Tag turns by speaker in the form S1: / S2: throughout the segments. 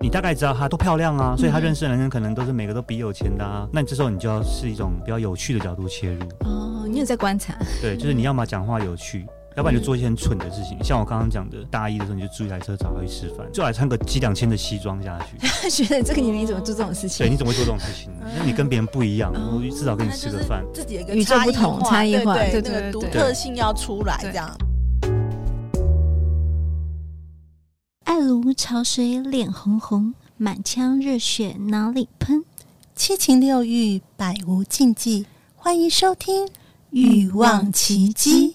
S1: 你大概知道她都漂亮
S2: 嗯
S1: 啊，所以她认识的男生可能都是每个都比有钱的啊。那你这时候你就要是一种比较有趣的角度切入，
S3: 哦，你有在观 察？
S1: 对，就是你要么讲话有趣。要不然就做一些很蠢的事情，像我刚刚讲的，大一的时候你就租一台车找他去吃饭，最好还穿个几两千的西装下去。
S3: 觉得这个年龄怎么做这种事
S1: 对，
S3: 情？
S1: 你怎么会做这种事情呢？
S2: 嗯
S1: 那你跟别人不一样，
S2: 哦
S1: 我至少跟你吃个饭。，
S4: 自己有一个
S3: 与众不同
S4: 差
S3: 差异化
S4: 对
S3: 对对
S4: 那个
S3: 对
S4: 独
S3: 对
S4: 特性要出来这样。
S2: 爱如潮水，脸红红，满腔热血哪里喷？
S5: 七情六欲，百无禁忌。欢迎收听《
S2: 欲望奇迹》。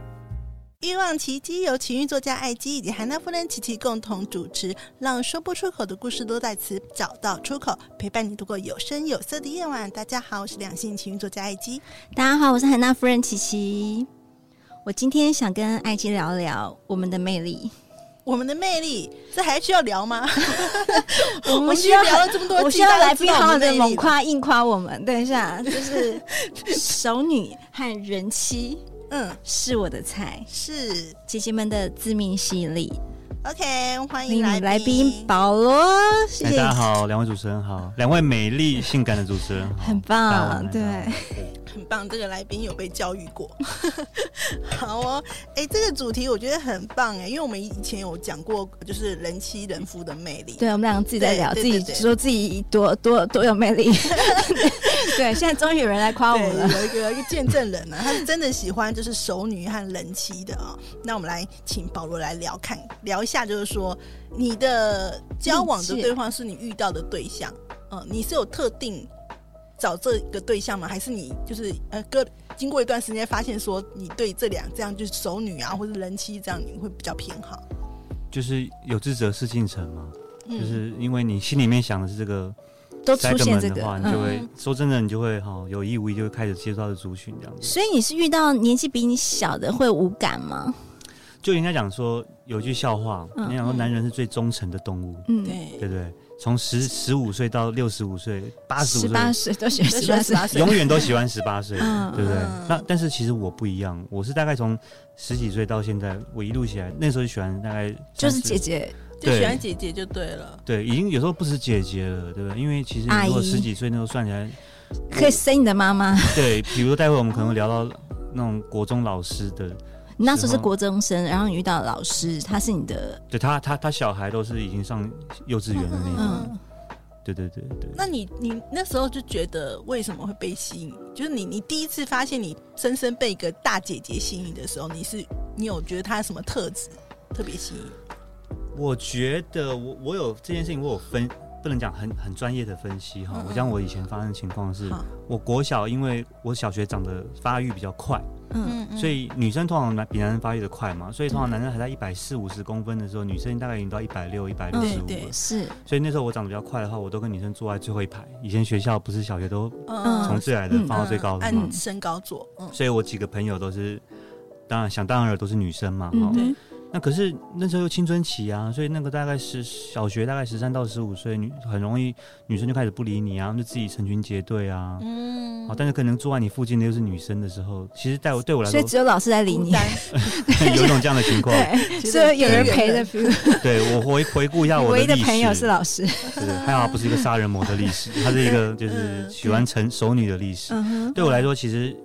S5: 欲望奇迹由情欲作家艾姬以及韩娜夫人琪琪共同主持，让说不出口的故事都在此找到出口，陪伴你度过有声有色的夜晚。大家好，我是两性情欲作家艾姬。
S2: 大家好，我是海娜夫人琪琪。我今天想跟艾姬聊聊我们的魅力。
S5: 我们的魅力，这还需要聊吗？
S2: 我
S5: 我
S2: 们
S5: 需
S2: 需
S5: 要
S2: 要
S5: 聊了这么多
S2: 我需
S5: 季，
S2: 要
S5: 大家
S2: 来
S5: 知
S2: 宾
S5: 道
S2: 好
S5: 我
S2: 好
S5: 们的
S2: 的
S5: 魅
S2: 猛
S5: 力吧。
S2: 夸硬夸我们。等一下，就是熟女和人妻
S5: 嗯，
S2: 是我的菜，
S5: 是
S2: 姐姐们的致命吸引力。
S5: OK，欢
S2: 欢迎
S5: 迎来
S2: 来宾保罗，谢
S1: 哎，
S2: 谢
S1: 大，家好，两位主持人好，两位美丽性感的主持人好，
S2: 很
S1: 大家好
S2: 棒，
S1: 大家
S2: 啊
S1: 好。
S2: 对
S5: 很棒，这个来宾有被教育过。 好哦，哎、这个主题我觉得很棒哎，因为我们以前有讲过，就是人妻人夫的魅力。
S2: 对，我们两个自己在
S5: 对
S2: 聊，
S5: 对
S2: 自
S5: 对
S2: 己
S5: 对
S2: 说自己多多多有魅力。对，现在终于有人来夸我
S5: 对，
S2: 们了。
S5: 有一个有一个见证人呢、啊他是真的喜欢就是熟女和人妻的哦。那我们来请保罗来聊看聊一下，就是说你的交往的
S2: 理解
S5: 对方是你遇到的对象，嗯，你是有特定找这个对象吗？还是你就是呃，隔经过一段时间发现说你对这两这样就是熟女啊或者人妻这样你会比较偏好？
S1: 就是有志者事竟成嘛，
S5: 嗯，
S1: 就是因为你心里面想的是这个
S2: 都出
S1: 塞个
S2: 现
S1: 门
S2: 这
S1: 的
S2: 个
S1: 话，，你就
S2: 嗯。
S1: 会、说真的，你就会哈、有意无意就会开始接触到的族群这样子。
S2: 所以你是遇到年纪比你小的会无感吗？
S1: 就人家讲说有一句笑话，
S2: 嗯
S1: 人家讲说男人是最忠诚的动物，
S2: 嗯，
S1: 对
S5: 对，
S1: 不对？从十十五岁到六十五岁、八十
S2: 十
S1: 五
S2: 八
S1: 岁，
S2: 岁都喜欢
S5: 喜
S2: 十
S5: 欢啊
S2: 八
S5: 十
S2: 岁，
S5: 八岁，
S1: 永远都喜欢十八岁，
S2: 嗯
S1: 对不对
S5: 嗯？
S1: 那但是其实我不一样，我是大概从十几岁到现在，我一路起来，那时候就喜欢大概
S2: 就是
S1: 30
S2: 姐姐
S5: 就喜欢
S1: 对
S5: 姐姐就对了。
S1: 对，已经有时候不止姐姐了，对不对？因为其实
S2: 阿
S1: 你如果
S2: 姨
S1: 十几岁那时候算起来，
S2: 可以生你的妈 妈。
S1: 对，比如说待会我们可能会聊到那种国中老师的，
S2: 你那时候是国中生，然后你遇到老师，他是你的，
S1: 对他他他小孩都是已经上幼稚园的那种，
S2: 嗯，
S1: 对对对对。
S5: 那你你那时候就觉得为什么会被吸引？就是你你第一次发现你深深被一个大姐姐吸引的时候，你是你有觉得她什么特质特别吸引？
S1: 我觉得我我有这件事情，我有分，不能讲很很专业的分析哈。
S5: 嗯嗯
S1: 我讲我以前发生的情况是
S5: 好，
S1: 我国小因为我小学长得发育比较快，
S2: 嗯
S1: 所以女生通常比男生发育的快嘛，所以通
S5: 嗯
S1: 常男生还在一百四五十公分的时候，女生大概已经到一百六、一百六十五
S5: 嗯对对
S1: 了。
S2: 是
S1: 所以那时候我长得比较快的话，我都跟女生坐在最后一排。以前学校不是小学都
S2: 嗯
S1: 从最矮的放到最高的
S5: 嗯按
S1: 吗？
S5: 身高做，嗯，
S1: 所以我几个朋友都是，当然想当然了都是女生嘛。哈、
S2: 嗯
S5: 对
S1: 那可是那时候又青春期啊，所以那个大概是小学大概十三到十五岁，女很容易女生就开始不理你啊，就自己成群结队啊。
S5: 嗯
S1: 好，但是可能坐在你附近的又是女生的时候，其实在我对我来
S2: 所
S1: 说
S2: 以只有老师在理
S5: 孤
S2: 你，
S5: 单，
S1: 有一种这样的情况。
S2: 对，
S5: 觉得
S2: 所以有人陪
S5: 有
S2: 着
S5: 人，
S1: 对我回回顾一下
S2: 你
S1: 我
S2: 唯一的
S1: 历史，
S2: 朋友是老师，
S1: 对对还好不是一个杀人魔的历 史，他是一个就是喜欢成熟女的历史。
S2: 嗯哼，
S1: 对我来说，其实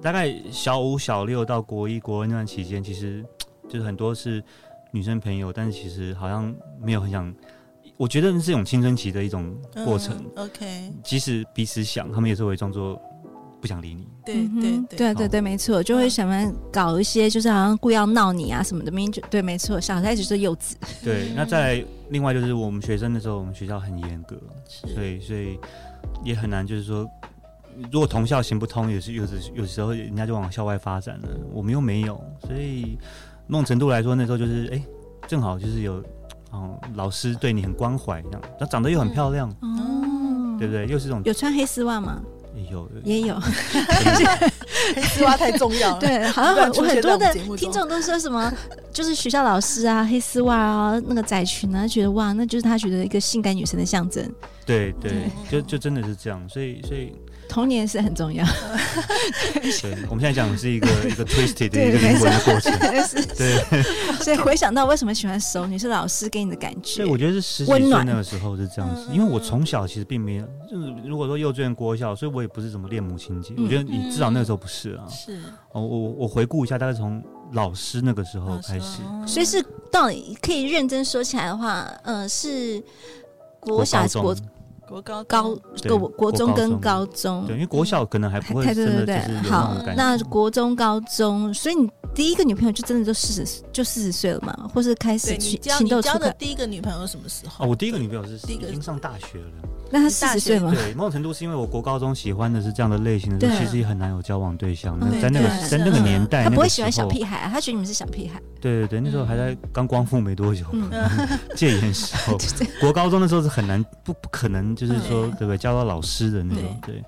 S1: 大概小五、小六到国一、国二那段期间，其实就是很多是女生朋友，但是其实好像没有很想。我觉得是一种青春期的一种过程，
S5: 嗯 OK，
S1: 即使彼此想，他们也是会装作不想理你。
S5: 对
S2: 嗯
S5: 对
S2: 哼
S5: 对，哦
S2: 对对对，没错，就会想办法搞一些，就是好像故意要闹你啊什么的，明明就对，没错，小孩子就是幼稚，
S1: 对，那再来，另外就是我们学生的时候，我们学校很严格，
S5: 是
S1: 对，所以也很难就是说如果同校行不通，也是有时有时候人家就往校外发展了，我们又没有，所以某种程度来说，那时候就是哎、正好就是有，嗯，老师对你很关怀这样，她长得又很
S2: 嗯
S1: 漂亮，
S2: 哦，
S1: 对不对？又是一种
S2: 有穿黑丝袜吗？
S1: 哎有
S2: 也 有，
S5: 黑丝袜太重要了。
S2: 对，好像
S5: 不然
S2: 很
S5: 出
S2: 我
S5: 现
S2: 很
S5: 在我
S2: 多
S5: 们
S2: 的
S5: 节目中
S2: 听众都说什么，就是学校老师啊，黑丝袜啊，那个窄裙啊，觉得哇，那就是他觉得一个性感女生的象征。
S1: 对对，就就真的是这样，所以所 以
S2: 童年是很重要，
S1: 对，我们现在讲的是一个一个 twisted 的
S2: 对
S1: 一个灵魂的过程，
S2: 是
S1: 对，
S2: 所以回想到为什么喜欢熟女，是老师给你的感觉
S1: 所以。我觉得是十几
S2: 温
S1: 岁
S2: 暖
S1: 那个时候是这
S2: 嗯
S1: 样子，因为我从小其实并没有，就是如果说幼稚园、国小，所以我也不是怎么恋母情节，
S2: 嗯
S1: 我觉得你至少那个时候不是啊。
S5: 是
S1: 哦，我我我回顾一下，大概从老师那个时候开始，
S2: 所以是到底可以认真说起来的话，呃，是国小
S1: 高
S2: 还是国嗯
S1: 中，
S5: 国高
S2: 高
S1: 对
S2: 国国中跟
S1: 国高
S2: 高中？
S1: 对，因为国小可能还不会
S2: 太
S1: 真
S2: 对
S1: 的
S2: 对
S1: 就是有
S2: 对，
S1: 那
S2: 好
S1: 种，感
S2: 那
S1: 觉。
S2: 国中、高中，所以你第一个女朋友就真的就四十，就四十岁了嘛，或是开始
S5: 对你
S2: 情
S5: 交
S2: 情
S5: 你
S2: 窦
S5: 交
S2: 初
S5: 的
S2: 开？
S5: 第一个女朋友什么时候？
S1: 哦，我第一个女朋友是
S5: 第一
S1: 已
S5: 个
S1: 经上大学了，
S2: 那她四十岁吗？
S1: 对，某种程度是因为我国高中喜欢的是这样的类型的时候，
S2: 嗯对
S1: 其实也很难有交往对象。那
S5: 嗯
S1: 在那个
S2: 对啊
S1: 在那个
S5: 嗯
S1: 年代，
S2: 她不
S1: 那
S2: 会
S1: 个
S2: 喜欢
S1: 时
S2: 小
S1: 候
S2: 屁孩啊，她觉得你们是小屁孩。
S1: 对对对，那时候还在刚光复没多久，
S2: 嗯
S1: 戒严时 候，国高中的时候是很难不不可能，就是说对不对，交到老师的那种对，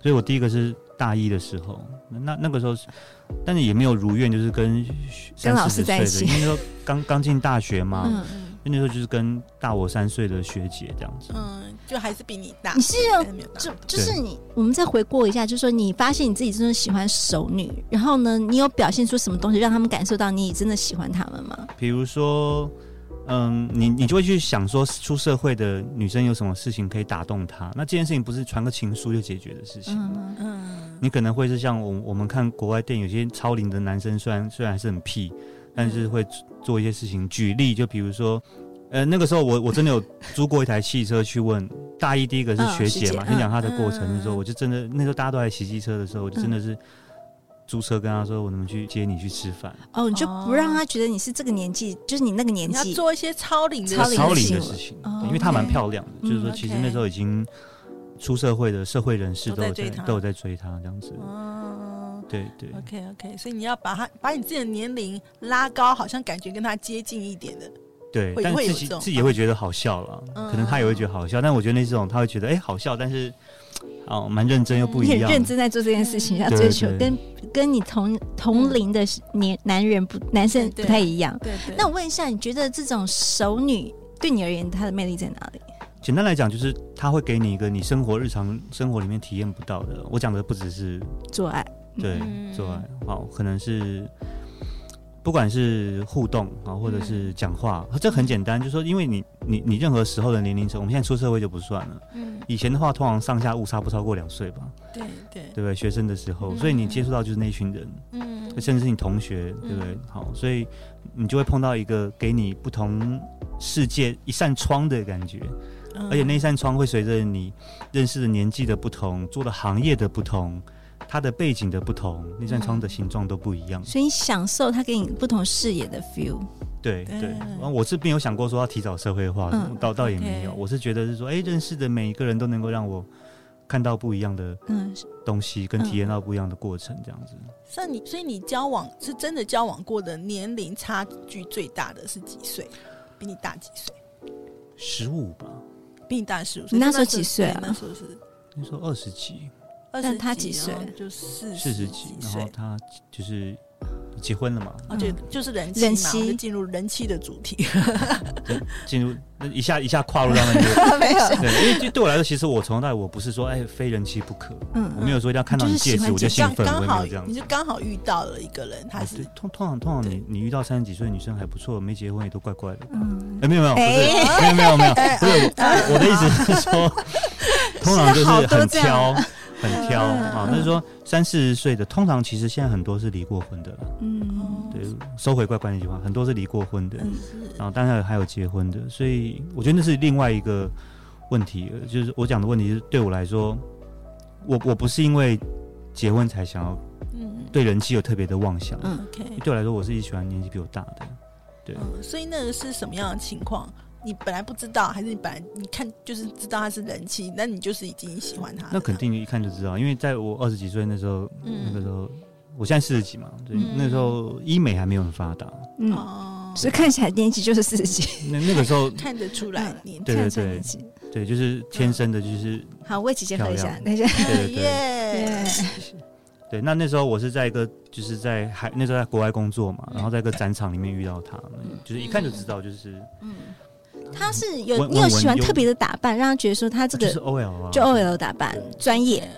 S1: 所以我第一个是大一的时候，那那个时候是，但是也没有如愿，就是跟
S2: 跟老师
S1: 30
S2: 在一
S1: 岁
S2: 起
S1: 的因为那时候刚刚进大学嘛，
S2: 嗯，
S1: 那时候就是跟大我三岁的学姐这样子，
S5: 嗯，就还是比你大。
S2: 你是
S5: 还是没有大
S2: 就
S5: 很多
S2: 就是你，我们再回顾一下，就是说你发现你自己真的喜欢熟女，然后呢，你有表现出什么东西让他们感受到你真的喜欢他们吗？
S1: 比如说。嗯，你你就会去想说，出社会的女生有什么事情可以打动她？那这件事情不是传个情书就解决的事情。
S2: 嗯，
S5: 嗯，
S1: 你可能会是像我我们看国外电影，有些超龄的男生虽然虽然还是很屁，但是会做一些事情。举例就比如说，呃，那个时候我我真的有租过一台汽车去问大一第一个是
S2: 嗯
S1: 学姐嘛，
S2: 学姐
S1: 先讲她的过程的时候，
S5: 嗯
S1: 我就真的那时候大家都还骑机车的时候，我就真的是。租车跟她说，我能不能去接你去吃饭？
S2: 哦，你就不让他觉得你是这个年纪，就是你那个年
S5: 哦你要
S2: 纪，
S5: 做一些超龄的
S2: 超龄
S5: 事
S2: 的
S1: 超龄
S2: 行
S1: 的
S2: 为
S1: 事情，
S2: 哦
S1: 对因为她蛮漂亮的，
S2: 嗯
S1: 就是说其实
S5: OK
S1: 那时候已经出社会的社会人士都有
S5: 都在追她
S1: 都有在追她这样子。
S5: 嗯
S1: 对对，
S5: ，OK OK，所以你要把他把你自己的年龄拉高，好像感觉跟他接近一点的。
S1: 对
S5: 会，
S1: 但
S5: 会有
S1: 自己
S5: 这种
S1: 自己也会觉得好笑了，
S5: 嗯
S1: 可能他也会觉得好笑，但我觉得那种他会觉得哎、好笑，但是哦蛮认真又不
S2: 你
S1: 一
S2: 很
S1: 样，
S2: 认真在做这件事情，要
S1: 对
S2: 追求
S1: 对
S2: 跟跟你同同龄的年男人不男生
S5: 对
S2: 不太一样。
S5: 对对
S2: 那我问一下，你觉得这种熟女对你而言，她的魅力在哪里？
S1: 简单来讲就是他会给你一个你生活日常生活里面体验不到的。我讲的不只是
S2: 做爱，
S1: 对
S5: 嗯
S1: 做爱，好，可能是不管是互动啊，或者是讲话，这很简单，就是说因为你你你任何时候的年龄层，我们现在出社会就不算了，
S5: 嗯，
S1: 以前的话通常上下误差不超过两岁吧，
S5: 对对，
S1: 对不对？学生的时候，
S5: 嗯
S1: 所以你接触到就是那一群人。
S5: 嗯
S1: 甚至是你同学，对不对？好，所以你就会碰到一个给你不同世界一扇窗的感觉，
S5: 嗯
S1: 而且那扇窗会随着你认识的年纪的不同、做的行业的不同、他的背景的不同，那扇窗的形状都不一样。
S2: 所以你享受她给你不同视野的 feel。
S1: 对对，
S5: 对
S1: 然后我是没有想过说要提早社会化，
S2: 嗯
S1: 倒倒也没有，
S5: OK
S1: 我是觉得是说，哎，认识的每一个人都能够让我看到不一样的
S2: 嗯，
S1: 东西，跟
S2: 嗯
S1: 体验到不一样的过程，这样子。
S5: 像你，所以你交往是真的交往过的年龄差距最大的是几岁？比你大几岁？
S1: 十五吧，
S5: 比你大十五岁。
S2: 你那时候几岁啊
S5: 对那时候是
S1: 你说二十几，
S5: 二十，
S2: 但他几岁
S5: 然后就四
S1: 四十几
S5: 几，
S1: 然
S5: 岁
S1: 后。他就是结婚了嘛，
S5: 啊，对，就是人气嘛，
S2: 嗯人妻
S5: 我们就进入人气的主题。
S1: 进入那一下一下跨入到那个 没有，对，因为对对我来说，其实我从头到尾我不是说哎非人妻不可，
S2: 嗯
S1: 我没有说一定 要看到你
S2: 就是
S1: 戒
S2: 喜欢
S1: 指我就
S2: 戒
S1: 兴
S5: 刚
S1: 奋，我
S5: 刚
S1: 也没
S5: 好
S1: 有这样
S5: 你
S1: 子哦
S5: 就。刚好遇到了一个人，他
S1: 对
S5: 是，
S1: 通通常通常
S5: 对
S1: 你你遇到三十几岁的女生还不错，没结婚也都怪怪的。
S2: 嗯，
S1: 哎，没有没有，不是，没有没有没有，不是我我的意思是说，通常就是
S2: 好多
S1: 很
S2: 这样
S1: 挑很挑啊，就是说三四十岁的，通常其实现在很多是离过婚的啦，
S2: 嗯，
S5: 哦
S1: 对，收回怪怪那句话，很多是离过婚的，
S5: 嗯
S1: 然后当然还有结婚的，所以我觉得那是另外一个问题了，就是我讲的问题是对我来说，我我不是因为结婚才想要
S5: 嗯
S1: 对人妻有特别的妄想，
S2: 嗯
S5: ，OK，啊
S1: 对我来说我是喜欢年纪比我大的，对
S5: 嗯，所以那个是什么样的情况？你本来不知道，还是你本来你看就是知道他是人妻，那你就是已经喜欢他了。
S1: 那肯定一看就知道，因为在我二十几岁那时候，
S5: 嗯
S1: 那个时候我现在四十几嘛，对，
S5: 嗯
S1: 那时候医美还没有很发达，
S2: 嗯，
S5: 哦，
S3: 所以看起来年纪就是四十几，
S1: 那那个时候
S5: 看得出来你
S1: 对
S3: 看起来年纪。
S1: 对，就是天生的，就是
S3: 好，我也姐姐喝一
S1: 漂
S3: 下，
S1: 亮
S3: 等一下。
S1: 对对对
S5: 耶，
S3: 对
S1: 对。那那时候我是在一个就是在海那时候在国外工作嘛，然后在一个展场里面遇到他，就是一看就知道，
S2: 嗯
S1: 就是
S2: 他是有
S1: 温
S2: 你有喜欢
S1: 温文
S2: 特别的打扮，让他觉得说他这
S1: 就是
S2: 个
S1: OL 啊，
S2: 就 OL 打扮专业。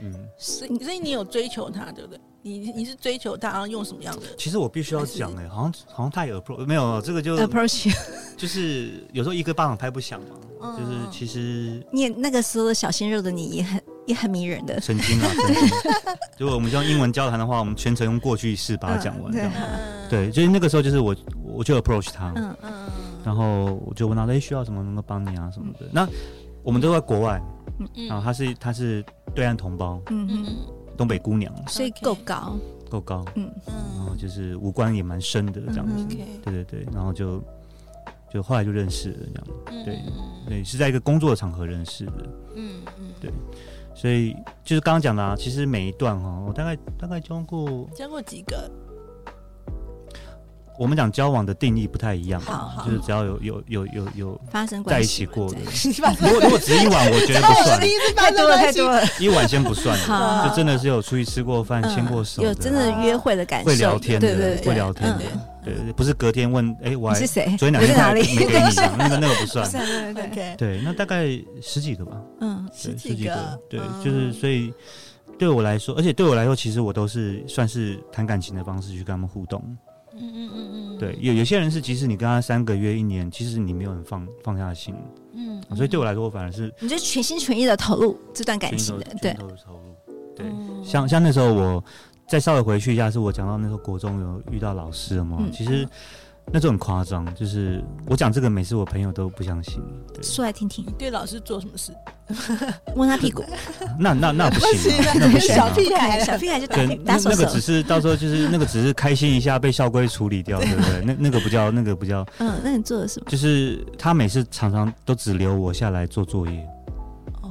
S1: 嗯。
S5: 所以所以你有追求他，对不对？你你是追求他，然后用什么样的？
S1: 其实我必须要讲哎、好像好像太 approach 没有这个就
S2: approach 你
S1: 就是有时候一个巴掌拍不响嘛，
S5: 嗯
S1: 就是其实
S2: 你也那个时候的小鲜肉的你也很也很迷人的，
S1: 曾经啊，曾经， 如果我们就用英文交谈的话，我们全程用过去式把它讲完，
S2: 嗯
S1: 这
S2: 对
S1: 样
S5: 嗯，
S1: 对，就是那个时候就是我我就 approach 他，
S2: 嗯
S5: 嗯
S1: 然后我就问他，哎、需要什么能够帮你啊什么
S2: 嗯
S1: 的。那我们都在国外，然后
S5: 嗯
S1: 他是他是对岸同胞，
S2: 嗯嗯，
S5: 嗯
S1: 东北姑娘，
S2: 所以
S5: OK
S2: 够高，
S1: 够高，然后
S5: 嗯
S1: 就是五官也蛮深的这样子，
S5: ，OK，
S1: 对对对，然后就就后来就认识了这样。对
S5: 嗯
S1: 对，是在一个工作的场合认识的，
S5: 嗯嗯，
S1: 对所以就是刚刚讲的啊，其实每一段哦，我大概大概交往过，
S5: 交过几个？
S1: 我们讲交往的定义不太一样
S5: 好
S1: 啊，
S5: 好
S1: 就是只要有有有有有
S2: 发生
S1: 在
S2: 关
S1: 一
S2: 系
S1: 起过的。
S5: 你把
S1: 如果如果只一晚，我觉得不算，
S2: 哦
S5: 第一次发
S3: 太
S5: 生
S3: 多了，
S5: 关
S3: 太
S5: 系
S3: 多了。
S1: 一晚先不算，
S2: 好
S1: 就真的是有出去吃过饭、牵过手，
S2: 有真的
S5: 嗯
S2: 约嗯会的感受，
S1: 会聊天
S2: 对对
S1: 的，
S2: 对，
S1: 会聊天的
S2: 嗯，
S1: 对对，对不是隔天问，哎，我
S3: 你
S1: 还
S3: 是谁？
S1: 昨天哪
S3: 我在
S1: 天
S3: 哪里？
S1: 没给你啊，那个那个不
S3: 不
S1: 算
S3: 是，啊对对对，
S5: OK，
S1: 对，那大概十几个吧，
S2: 嗯，
S5: 十
S1: 对
S5: 几个，
S1: 对，
S5: 嗯
S1: 就是所以对我来说，而且对我来说，其实我都是算是谈感情的方式去跟他们互动。
S5: 嗯嗯嗯嗯，
S1: 对，有有些人是即使你跟他三个月、一年，其实你没有很放放下心，
S5: 嗯，
S1: 所以对我来说，我反而是
S2: 你就全心全意的投入这段感
S1: 全
S2: 情
S1: 心
S2: 的
S1: 投，
S2: 对
S1: 全，心投入。对，
S5: 嗯
S1: 像像那时候我再稍微回去一下，是我讲到那时候国中有遇到老师了嘛，
S2: 嗯
S1: 其实。那时候很夸张，就是我讲这个，每次我朋友都不相信。对，
S2: 说来听听
S5: 你，对老师做什么事？
S2: 摸他 屁股，
S1: 那那那不行、啊，那
S5: 不
S1: 不
S5: 行
S1: 行、
S5: 啊
S1: 啊，
S5: 小屁孩了
S2: 小屁孩就打
S1: 对，那
S2: 打手
S1: 那个
S2: 手，
S1: 只是到时候就是那个只是开心一下被校规处理掉，对不 对？那那个不叫那个不叫，
S2: 嗯，那你做了什么？
S1: 就是他每次常常都只留我下来做作业，
S5: 哦，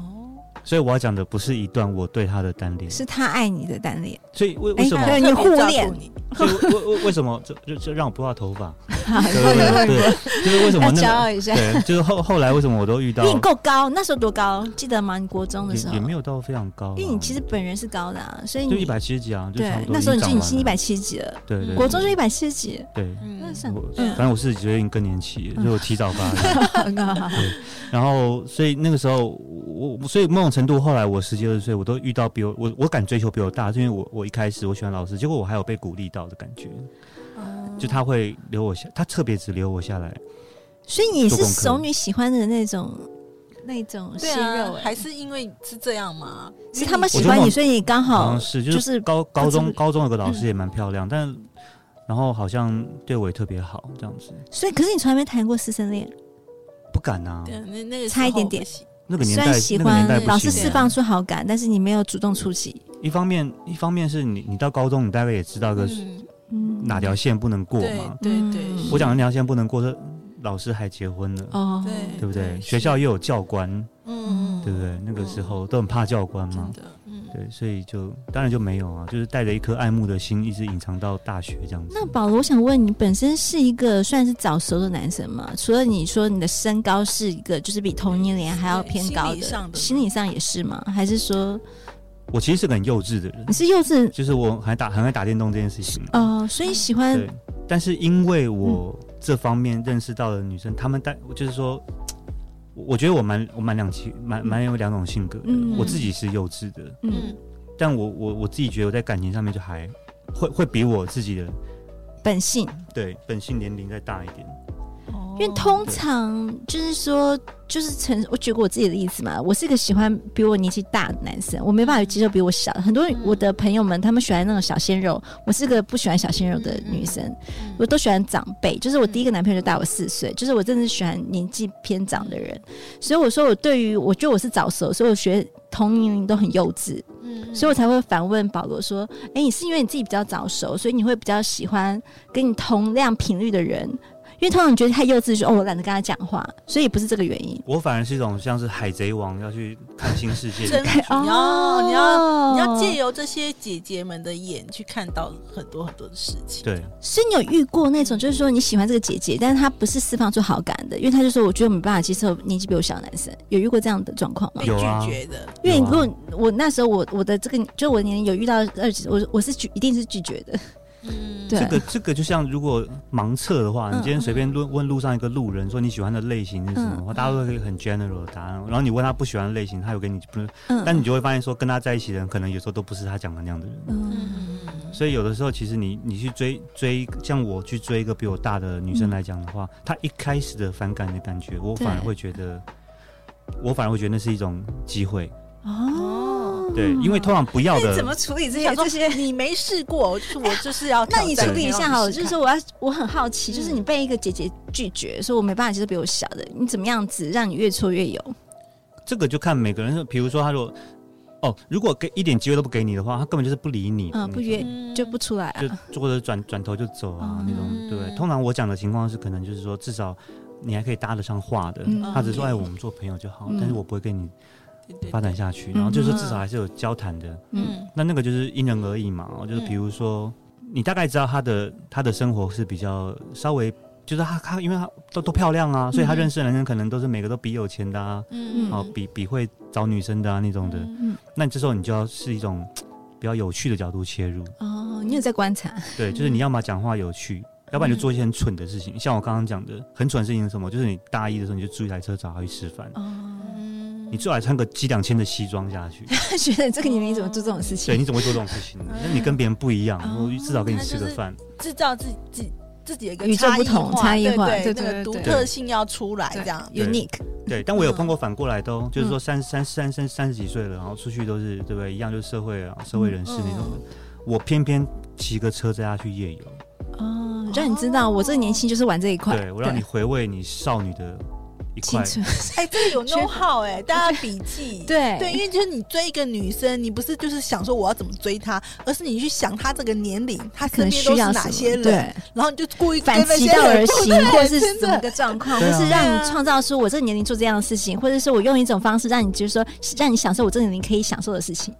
S1: 所以我要讲的不是一段我对他的单恋，
S2: 是哎他爱你的单恋，
S1: 所以为为什么？
S2: 对你互恋
S5: 你，
S1: 所以为为为什么这这这让我不画头发？
S2: 哎 好
S1: 对对对，就是为什么
S3: 要骄
S1: 那
S3: 傲
S1: 个
S3: 一下。
S1: 对，就是后后来为什么我都遇
S2: 因
S1: 到
S2: 为你够高，那时候多高？记得吗？你国中的时
S1: 也
S2: 候
S1: 也，没有到非常高啊，
S2: 因为你其实本人是高的，啊，所以
S1: 就
S2: 你
S1: 一百七十几啊，就差
S2: 对
S1: 不多
S2: 那时候你
S1: 已
S2: 就
S1: 经
S2: 已
S1: 长
S2: 经一
S1: 完了
S2: 百七几了，
S1: 对对对
S2: 国中就一百七十几，
S1: 对。
S2: 那
S5: 嗯
S2: 算
S1: 我
S2: 嗯
S1: 反正我四十几岁已经更年期了，所以我提早发育。
S2: 很高，
S1: 然后，所以那个时候，我我所以某种程度，后来我十几二十岁，我都遇到比我我我敢追求比我大，是因为我我一开始我喜欢老师，结果我还有被鼓励到的感觉，
S2: 嗯
S1: 就他会留我下，他特别只留我下来。
S2: 所以你
S1: 做
S2: 是
S1: 功课
S2: 熟女喜欢的那种那种
S5: 对
S2: 鲜
S5: 啊
S2: 肉，哎
S5: 还是因为是这样吗？
S2: 是他们
S1: 我
S2: 喜
S1: 觉得
S2: 欢
S1: 那
S2: 你，
S1: 种
S2: 所以你刚
S1: 好
S2: 好
S1: 像是就
S2: 就是是
S1: 高高中
S2: 是
S1: 高中有个老师也蛮漂
S2: 嗯
S1: 亮，但然后好像对我也特别好这样子，
S2: 所以，可是你从来没谈过师生恋，
S1: 不敢啊，
S5: 对，那那个
S2: 差一点点
S1: 那个年
S2: 虽
S1: 代
S2: 然喜
S1: 那个年
S2: 欢
S1: 代不
S2: 老师
S1: 行啊
S2: 释放出好感，但是你没有主动出击。
S1: 一方面一方面是你你到高中你大概也知道个
S5: 嗯，
S2: 嗯
S1: 哪条线不能过
S5: 对
S1: 嘛，
S5: 对对，
S2: 嗯
S1: 我讲的那条线不能过，是老师还结婚了。
S2: 哦，
S5: 对
S1: 对不对？
S5: 是
S1: 学校又有教官，
S5: 嗯，
S1: 对不对？那个时候都很怕教官嘛
S5: 真，的，嗯，
S1: 对，所以就当然就没有啊，就是带着一颗爱慕的心，一直隐藏到大学这样子。
S2: 那保罗，我想问你，本身是一个算是早熟的男生吗？除了你说你的身高是一个，就是比同年龄还要偏高
S5: 心理上的
S2: 心理上也是吗？还是说
S1: 我其实是个很幼稚的人
S2: 你，是幼稚？
S1: 就是我还打很爱打电动这件事情、啊。
S2: 哦，所以喜欢
S1: 对，但是因为我这方面认识到的女生，她们带就是说，我我觉得我蛮我蛮两极，蛮蛮有两种性格的。
S2: 嗯
S1: 我自己是幼稚的，
S2: 嗯
S1: 但我我我自己觉得我在感情上面就还会会比我自己的
S2: 本性，
S1: 对本性年龄再大一点。
S5: 哦
S2: 因为通常就是说，就是成我举过我自己的例子嘛，我是一个喜欢比我年纪大的男生，我没办法接受比我小的。很多人我的朋友们他们喜欢那种小鲜肉，我是个不喜欢小鲜肉的女生，我都喜欢长辈。就是我第一个男朋友就大我四岁，就是我真的是喜欢年纪偏长的人。所以我说我对于我觉得我是早熟，所以我学同年龄都很幼稚，
S5: 嗯
S2: 所以我才会反问保罗说：“哎、你是因为你自己比较早熟，所以你会比较喜欢跟你同量频率的人？”因为通常你觉得太幼稚，就说哦我懒得跟他讲话，所以不是这个原因。
S1: 我反而是一种像是海贼王要去看新世界
S5: 真
S1: 的，
S5: 哦你要你要你要借
S2: 由，
S5: 由这些姐姐们的眼去看到很多很多的事情。
S1: 对，
S2: 所以你有遇过那种，就是说你喜欢这个姐姐，但是她不是释放出好感的，因为她就说我觉得我没办法接受年纪比我小的男生，有遇过这样的状况吗
S5: 被？
S1: 有啊
S5: 拒绝的，
S2: 因为
S1: 有
S2: 如
S1: 啊
S2: 果我那时候我我的这个就我年龄有遇到二十，我我是拒一定是拒绝的，
S5: 嗯，
S2: 对
S1: 这个这个就像如果盲测的话，
S2: 嗯
S1: 你今天随便问问路上一个路人说你喜欢的类型是什么
S2: 嗯
S1: 的话，大家都会很 general 的答案。然后你问他不喜欢的类型，他有给你不是，
S2: 嗯，
S1: 但你就会发现说跟他在一起的人可能有时候都不是他讲的那样的人。
S2: 嗯
S1: 所以有的时候其实你你去追追，像我去追一个比我大的女生来讲的话，她一开始的反感的感觉，我
S2: 对
S1: 反而会觉得，我反而会觉得那是一种机会。呃
S2: 哦，
S1: 对，因为通常不要
S5: 那
S1: 的
S5: 你怎么处理这
S2: 想
S5: 些？
S2: 说
S5: 这些你没试过，就是我就是要挑
S2: 那
S5: 战。
S2: 你处理一下好
S5: 好，
S2: 了，就是说我要我很好奇，就是
S5: 嗯
S2: 你被一个姐姐拒绝，说我没办法接受比我小的，你怎么样子让你越挫越勇？
S1: 这个就看每个人，比如说他如果哦，如果给一点机会都不给你的话，他根本就是不理你，
S2: 嗯，不约就不出来
S1: 就
S2: 啊。
S1: 就或者转转头就走啊、那种，对不对？通常我讲的情况是，可能就是说至少你还可以搭得上话的，
S2: 嗯
S1: 他只说
S5: 嗯
S1: 哎我们做朋友就好，
S2: 嗯
S1: 但是我不会跟你
S5: 对对对
S1: 发展下去，然后就是说至少还是有交谈的。
S2: 嗯
S5: 嗯
S1: 那那个就是因人而异嘛，哦就是比如说，你大概知道她的她的生活是比较稍微，就是她她因为她都都漂亮啊，所以她认识的男生可能都是每个都比有钱的啊，
S5: 嗯
S1: 哦
S5: 嗯
S1: 比比会找女生的啊那种的，
S2: 嗯
S1: 那这时候你就要是一种比较有趣的角度切入，
S2: 哦，你有在观察？
S5: 嗯
S1: 对，就是你要么讲话有趣。要不然你就做一些很蠢的事情，像我刚刚讲的，很蠢的事情是什么？就是你大一的时候你就租一台车找他去吃饭，
S2: 哦，
S5: 嗯
S1: 你最好还穿个几两千的西装下 去。
S2: 他觉得这个年龄怎么做这种事
S1: 对，
S2: 情？
S1: 你怎么会做这种事情呢？那你跟别人不一样，
S2: 哦
S1: 我至少跟你吃
S5: 嗯那
S1: 个
S5: 就是嗯
S1: 饭。
S5: 制造自己自己自己的一个
S2: 与众不同
S5: 差
S2: 差异化对对
S5: 对那个
S2: 对
S5: 独
S2: 对
S5: 特性要出来这样。
S1: 对
S2: unique，
S1: 对，但我有碰过反过来的哦，就是
S5: 嗯
S1: 说三三三三三十几岁了，然后出去都是对不对？一样就是社会啊，社
S5: 嗯
S1: 会人士那种的。我偏偏骑个车载他去夜游，
S2: 哦，让你知道我这个年轻就是玩这一块。
S1: 对我让你回味你少女的一
S2: 青
S1: 块。
S2: 春，
S5: 哎，这个有
S2: 缺乏
S5: know how 哎，大家笔记。
S2: 对
S5: 对，因为就是你追一个女生，你不是就是想说我要怎么追她，而是你去想她这个年龄，她
S2: 可
S5: 身
S2: 能
S5: 边
S2: 需
S5: 都是
S2: 要什
S5: 哪
S2: 么
S5: 些人，
S2: 对，
S5: 然后你就故意跟
S2: 反
S5: 那
S2: 其
S5: 些
S2: 道而
S5: 人
S2: 行
S5: 做，对
S2: 或是
S5: 真
S2: 什么
S5: 的
S2: 个状况，
S1: 对
S2: 或
S1: 啊
S2: 是让
S5: 对啊
S2: 你创造出我这个年龄做这样的事情，或者是我用一种方式让你就是说让你享受我这个年龄可以享受的事情。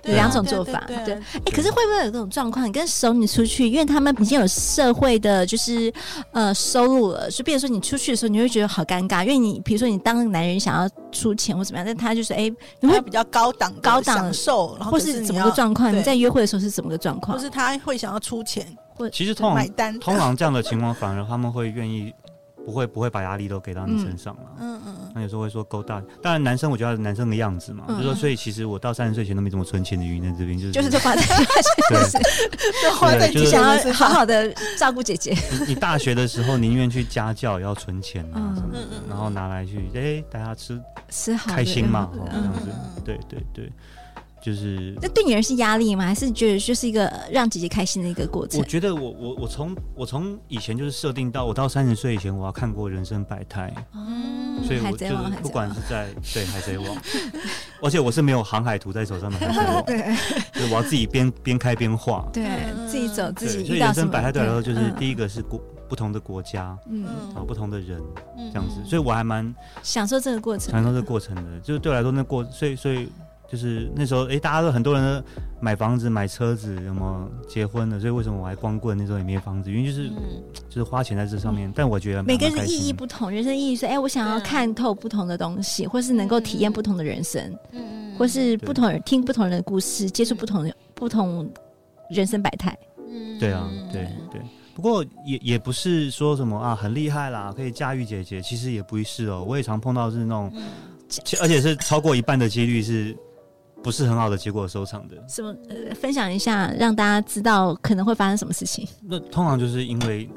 S5: 对
S2: 两
S5: 啊
S2: 种
S5: 对
S2: 做
S5: 对
S2: 法
S5: 对啊
S2: 对哎、可是会不会有这种状况？你跟熟女出去，因为他们已经有社会的，就是呃收入了，就比如说你出去的时候，你会觉得好尴尬，因为你比如说你当个男人想要出钱或怎么样，但他就说哎、你
S5: 他
S2: 会
S5: 比较高档的
S2: 高档
S5: 享受，然后
S2: 或
S5: 哦可
S2: 是
S5: 你
S2: 怎么
S5: 要
S2: 个状况？
S5: 对
S2: 你在约会的时候是怎么个状况
S5: 或？是他会想要出钱
S1: 其实通
S5: 买
S1: 常
S5: 单，
S1: 通常这样的情况，反而他们会愿意，不会不会把压力都给到你
S2: 嗯
S1: 身上了。
S5: 嗯嗯
S1: 那有时候会说勾搭，当然男生我觉得男生的样子嘛，
S2: 嗯
S1: 就是说，所以其实我到三十岁前都没怎么存钱的原因在这边，就是
S2: 就是这话在 就是
S5: 嗯，就花在
S1: 就
S5: 自
S1: 是
S5: 己
S2: 想要
S5: 身
S2: 好
S5: 上，
S2: 好的照顾姐 姐，
S1: 你你大学的时候宁愿去家教也要存钱啊
S2: 嗯
S1: 什么的
S5: 嗯嗯，嗯
S1: 然后拿来去哎大家吃
S2: 是好的
S1: 开心嘛，
S2: 嗯
S1: 哦这
S2: 嗯
S1: 样子，对对对，就是
S2: 那对你而言是压力吗？还是觉得就是一个呃让姐姐开心的一个过程
S1: 我？觉得我我我从我从以前就是设定到我到三十岁以前，我要看过人生百态，
S2: 哦
S1: 所以我
S2: 海
S1: 就
S2: 贼
S1: 是
S2: 王，海
S1: 不
S2: 贼
S1: 管
S2: 王
S1: 是，在对海贼王， 而且我是没有航海图在手上的海贼 王，
S2: 对
S1: 就是我要自己边边开边画，
S2: 对
S5: 嗯，
S2: 自己走自
S1: 对，
S2: 己
S1: 所
S2: 遇
S1: 以
S2: 到
S1: 人
S2: 什
S1: 生
S2: 么
S1: 百态对我来说就是
S2: 嗯
S1: 第一个是国不同的国家，
S2: 嗯，
S1: 然后不同的人
S5: 嗯
S1: 这样子，所以我还蛮
S2: 享受这个过程
S1: 享受这个过程的。就是对我来说，那过所以所以就是那时候，诶，大家都很多人都买房子、买车子，有没有结婚的？所以为什么我还光棍？那时候也没房子，因为
S2: 嗯
S1: 就是、就是花钱在这上面。但我觉得
S2: 每个
S1: 蛮
S2: 人的意义，
S1: 蛮开心的
S2: 不同，人生意义是哎、我想要
S5: 对
S2: 看透不同的东西，或是能够体验不同的人生，
S5: 嗯
S2: 或是不
S1: 对
S2: 同人听不同人的故事，接触不同的不同人生百态。
S1: 对啊，
S2: 嗯
S1: 对对。不过也也不是说什么啊，很厉害啦，可以驾驭姐姐，其实也不是哦。我也常碰到是那种，
S2: 嗯
S1: 其而且是超过一半的几率是不是很好的结果收场的。
S2: 什么、呃、分享一下，让大家知道可能会发生什么事情。
S1: 那通常就是因为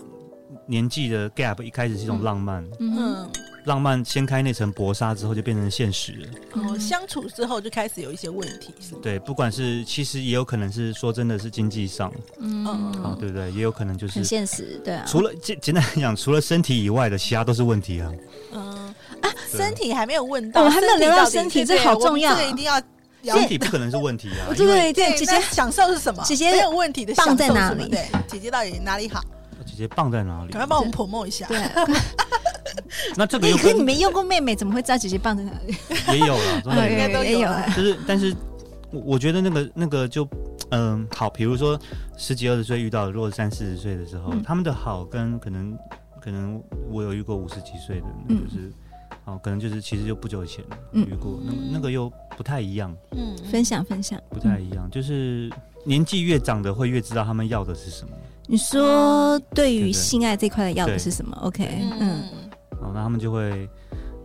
S1: 年纪的 gap 一开始是一种浪漫，
S2: 嗯，
S5: 嗯，
S1: 浪漫掀开那层薄纱之后就变成现实了。
S2: 嗯
S5: 哦，相处之后就开始有一些问题，是吗？
S1: 对，不管是其实也有可能是说真的是经济上，
S5: 嗯
S1: 啊，对不对？也有可能就是
S2: 很现实，对啊。
S1: 除了简简单来讲，除了身体以外的，其他都是问题啊。
S5: 嗯，
S1: 对
S5: 身体还没有问到，
S2: 哦我还没有聊到
S5: 身
S2: 身体这好重要
S5: 这个一定要聊
S1: 身。体不可能是问题啊
S2: 我，这个这
S5: 对，姐
S2: 姐
S5: 姐
S2: 姐
S5: 享受是什么？
S2: 姐姐
S5: 没有问题的享受是什么
S2: 棒在哪里
S5: 对，姐姐到底哪里好？
S1: 姐姐棒在哪里
S5: 赶？快帮我们捧梦一下。
S2: 对啊，
S1: 那这个
S2: 哎
S1: 又
S2: 可是你
S1: 跟
S2: 没用过妹妹，怎么会知道姐姐棒在哪里？
S1: 也有了，真的
S5: 应
S1: 有
S5: 该都有
S2: 也有
S5: 啊
S2: 啊。
S1: 就是，但是我我觉得那个那个就，嗯、好，比如说十几二十岁遇到的，如果三四十岁的时候，
S2: 嗯
S1: 他们的好跟可能可能我有遇过五十几岁的，那
S2: 嗯
S1: 就是。哦，可能就是其实就不久以前
S2: 嗯
S1: 遇过，那个那个又不太一样，
S5: 嗯，
S2: 分享分享，
S1: 不太一样，
S2: 嗯
S1: 就是年纪越长的会越知道他们要的是什么，
S2: 你说对
S1: 对对
S2: 于性爱这块的要
S1: 对
S2: 的是什么？OK，嗯，
S5: 嗯，
S1: 哦，那他们就会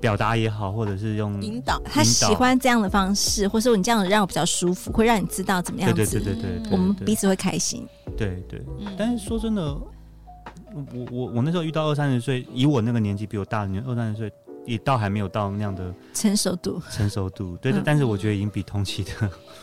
S1: 表达也好，或者是用
S5: 引导
S2: 他喜
S1: 引导
S2: 欢这样的方式，或者说你这样让我比较舒服，会让你知道怎么
S1: 对
S2: 样
S1: 对对
S2: 子，
S1: 对对对，
S2: 我们
S1: 对
S2: 彼此会开心。
S1: 对对
S5: 嗯
S1: 但是说真的，我我我那时候遇到二三十岁，以我那个年纪比我大的年二三十岁，也倒还没有到那样的
S2: 成熟度
S1: 成熟度，对，
S2: 嗯
S1: 但是我觉得已经比同期的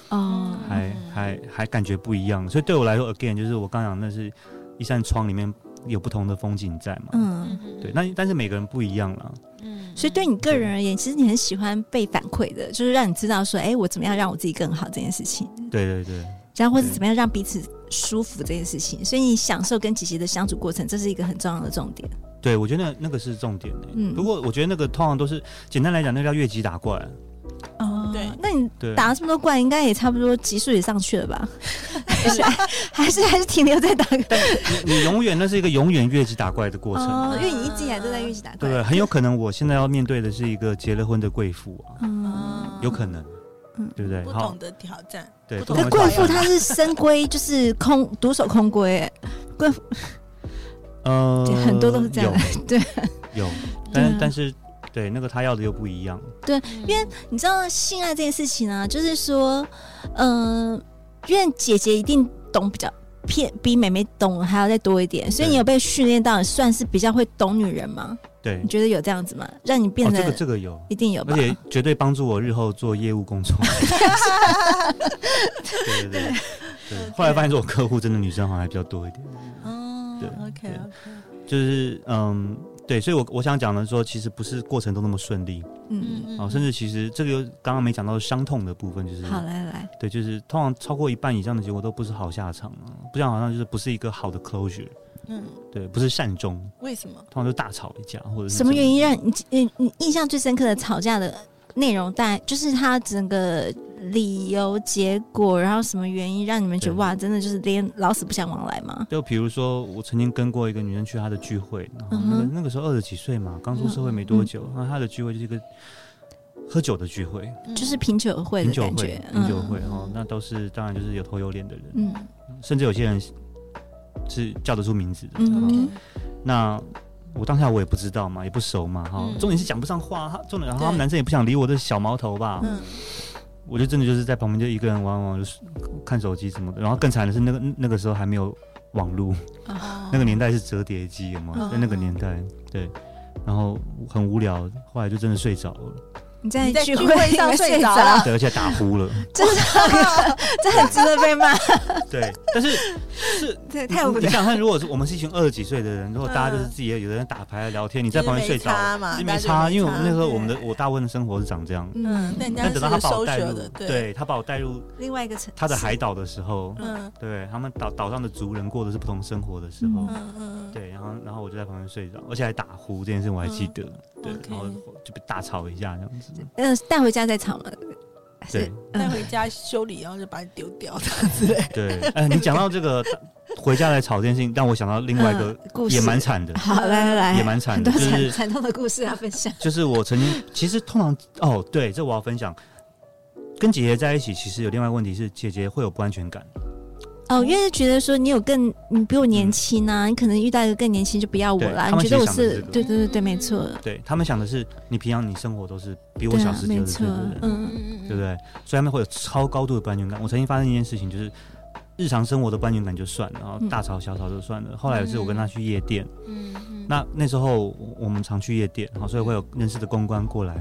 S2: 哦，
S1: 还、还还感觉不一样，所以对我来说，again 就是我刚讲那是一扇窗里面有不同的风景在嘛，
S2: 嗯，
S1: 对，那但是每个人不一样啦，
S5: 嗯
S2: 所以对你个人而言，其实你很喜欢被反馈的，就是让你知道说，哎，我怎么样让我自己更好这件事情，
S1: 对对对
S2: 然后或者
S1: 对
S2: 怎么样让彼此舒服这件事情，所以你享受跟姐姐的相处过程，这是一个很重要的重点。
S1: 对，我觉得那那个是重点、欸、
S2: 嗯
S1: 不过我觉得那个通常都是简单来讲，那个叫越级打怪，
S2: 哦
S5: 对
S2: 那你
S1: 对，
S2: 打了这么多怪，应该也差不多级数也上去了吧？
S5: 嗯
S2: 还是还是还是停留在打个
S1: 你你永远那是一个永远越级打怪的过程。
S2: 哦，因为你一直以来都在一起打怪，
S1: 对，很有可能我现在要面对的是一个结了婚的贵妇啊，
S2: 嗯，
S1: 有可能，
S2: 嗯
S1: 对不对？
S5: 不
S1: 好
S5: 同，的挑战，
S1: 对，
S5: 不
S1: 不
S5: 同
S1: 同
S2: 可
S1: 的
S2: 贵
S5: 的
S1: 挑
S2: 妇
S1: 战
S2: 她是深闺，就是空独守空闺，哎贵妇
S1: 呃
S2: 对很多都是这样的
S1: 有
S2: 对
S1: 有，但
S2: 对
S1: 是
S2: 啊
S1: 但是对那个他要的又不一样，
S5: 因
S2: 为你知道性爱这件事情呢，就是说，嗯、因为姐姐一定懂比较。偏比妹妹懂还要再多一点，所以
S1: 对
S2: 你有被训练到，算是比较会懂女人吗？
S1: 对
S2: 你，觉得有这样子吗？让你变
S1: 哦，
S2: 得、
S1: 这个这个有，
S2: 一定有吧
S1: 而？且绝对帮助我日后做业务工 作。对对对对，后来发现说我客户真的女生好像还比较多一点，
S5: 哦
S1: 对
S5: ，OK
S1: 对
S5: OK，
S1: 就是嗯。对，所以我，我想讲的说，其实不是过程都那么顺利
S2: 嗯，
S1: 哦，甚至其实这个又刚刚没讲到伤痛的部分，就是
S2: 好，来来，
S1: 对，就是通常超过一半以上的结果都不是好下场啊，不像好像就是不是一个好的 closure，
S5: 嗯，
S1: 对，不是善终，
S5: 为什么？
S1: 通常就大吵一架或者是
S2: 什么原
S1: 因？
S2: 因让你你你印象最深刻的吵架的内容？大概就是它整个理由、结果，然后什么原因让你们觉得
S1: 对
S2: 哇，真的就是连老死不相往来吗？
S1: 就比如说，我曾经跟过一个女生去她的聚会，然后那个、
S2: 嗯哼嗯
S1: 那个时候二十几岁嘛，刚出社会没多久，然后她的聚会就是一个喝酒的聚会，
S5: 嗯
S2: 就是品酒会
S1: 品
S2: 的
S1: 酒
S2: 感
S1: 会
S2: 觉，，
S1: 品酒会哦，那都是当然就是有头有脸的人，
S2: 嗯
S1: 甚至有些人是叫得出名字的。
S2: 嗯
S1: 哈
S2: 嗯
S1: 那我当下我也不知道嘛，也不熟嘛，哈、
S5: 嗯
S1: 重点是讲不上话，他重点，然后
S5: 对
S1: 他们男生也不想理我的小毛头吧，
S5: 嗯
S1: 我就真的就是在旁边就一个人玩玩，就是看手机什么的。然后更惨的是那个那个时候还没有网络，
S5: 哦
S1: 那个年代是折叠机，有吗？
S5: 嗯
S1: 在那个年代，对。然后很无聊，后来就真的睡着了，
S2: 你在
S5: 你在
S2: 聚
S5: 聚会
S2: 里
S5: 上
S2: 面
S5: 睡
S2: 睡
S5: 着
S2: 着
S5: 了，
S1: 对，而且打呼 了，
S2: 这是这很值得被骂，
S1: 对。但是是你
S2: 对，太无
S1: 你
S2: 聊。
S1: 想看，如果是我们是一群二十几岁的人，如果大家就是
S5: 嗯
S1: 自己有人在打牌聊天，你
S5: 就是
S1: 在旁边睡着
S5: 没差嘛
S1: 其实
S5: 大
S1: 没
S5: 家就
S1: 差，
S5: 没
S1: 因为我们那时候
S5: 差
S1: 我们的
S5: 对
S1: 我大部分的生活是长这样。
S2: 嗯，
S5: 那人家
S1: 但
S5: 是
S1: 等到他
S5: 个
S1: 把我带
S5: social
S1: 入
S5: 的，，对，
S1: 对他把我带入
S2: 另外一个城
S1: 他的海岛的时候，
S5: 嗯
S1: 对他们岛岛上的族人过的是不同生活的时候，
S2: 嗯
S5: 嗯嗯，
S1: 对，然后然后我就在旁边睡着，而且还打呼这件事我还记得，对
S5: OK
S1: 然后就被大吵一架这样子，
S2: 嗯带回家再吵嘛，还是 嗯
S1: 对
S5: 带回家修理，然后就把你丢掉这样之类。
S1: 对，哎，你讲到这个回家来吵这件事情，让我想到另外一个
S2: 嗯故事
S1: 也蛮惨 的，
S2: 好来来来，
S1: 也蛮惨
S2: 很
S1: 的，
S2: 多
S1: 就是
S2: 惨惨痛的故事要分享。
S1: 就是我曾经，其实通常哦，对，这我要分享。跟姐姐在一起，其实有另外一个问题是，姐姐会有不安全感。
S2: 哦，因为觉得说你有更，你比我年轻啊，你可能遇到一个更年轻就不要我
S1: 嗯对
S2: 啦。
S1: 他
S2: 你
S1: 们
S2: 觉得我
S1: 其实想的
S2: 是
S1: 是这个
S2: 对对对对，没错，
S1: 对他们想的是，你平常你生活都是比我
S2: 对
S1: 小
S2: 啊
S1: 十，几
S2: 没
S1: 二十
S2: 错
S1: 岁的人，，
S2: 嗯，
S5: 嗯
S1: 对不？对？所以他们会有超高度的不安全感。我曾经发生一件事情，就是日常生活的不安全感就算了，然后
S2: 嗯
S1: 大吵小吵就算了。后来有一次我跟他去夜店，
S5: 嗯嗯
S1: 那那时候我我们常去夜店，好，所以会有认识的公关过来，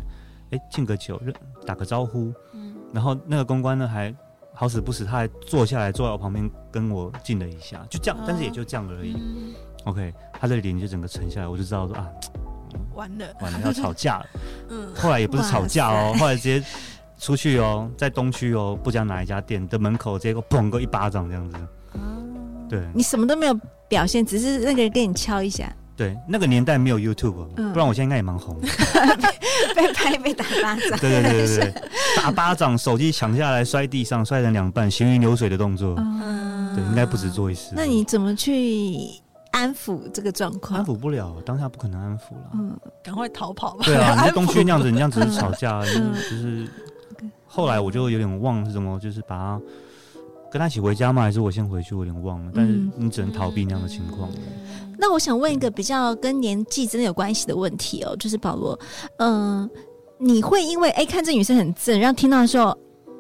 S1: 哎，敬个酒，认打个招呼，
S5: 嗯
S1: 然后那个公关呢还好死不死，他还坐下来坐在我旁边跟我敬了一下，就这样
S5: 哦，
S1: 但是也就这样而已。
S5: 嗯，
S1: OK，他的脸就整个沉下来，我就知道说啊，
S5: 完了，
S1: 完了要吵架了。
S5: 嗯
S1: 后来也不是吵架哦
S2: 哇，塞
S1: 后来直接出去哦，在东区哦，不讲哪一家店的门口，直接给我砰个一巴掌这样子。
S5: 啊，
S1: 对
S2: 你什么都没有表现，只是那个人跟你敲一下，
S1: 对，那个年代没有 YouTube，、哦
S2: 嗯
S1: 不然我现在应该也蛮红 的。
S2: 被拍被打巴掌。
S1: 对对对对 对，打巴掌，手机抢下来摔地上，摔成两半，行云流水的动作。
S2: 嗯
S1: 对，应该不止做一次。
S2: 那你怎么去安抚这个状
S1: 安
S2: 况？
S1: 抚不了，当下不可能安抚了。
S2: 嗯，
S5: 赶快逃跑 吧。
S1: 对啊，你在
S5: 安
S1: 东
S5: 抚
S1: 区那样子，
S5: 吧
S1: 你这样只是吵 架而已，
S2: 嗯
S1: 就是后来我就有点忘了是怎么，就是把他跟他一起回家吗？还是我先回去？我有点忘了。但是
S2: 嗯
S1: 你只能逃避那样的情 况。
S2: 那我想问一个比较跟年纪真的有关系的问题哦，就是保罗，嗯、你会因为哎看这女生很正，然后听到的时候，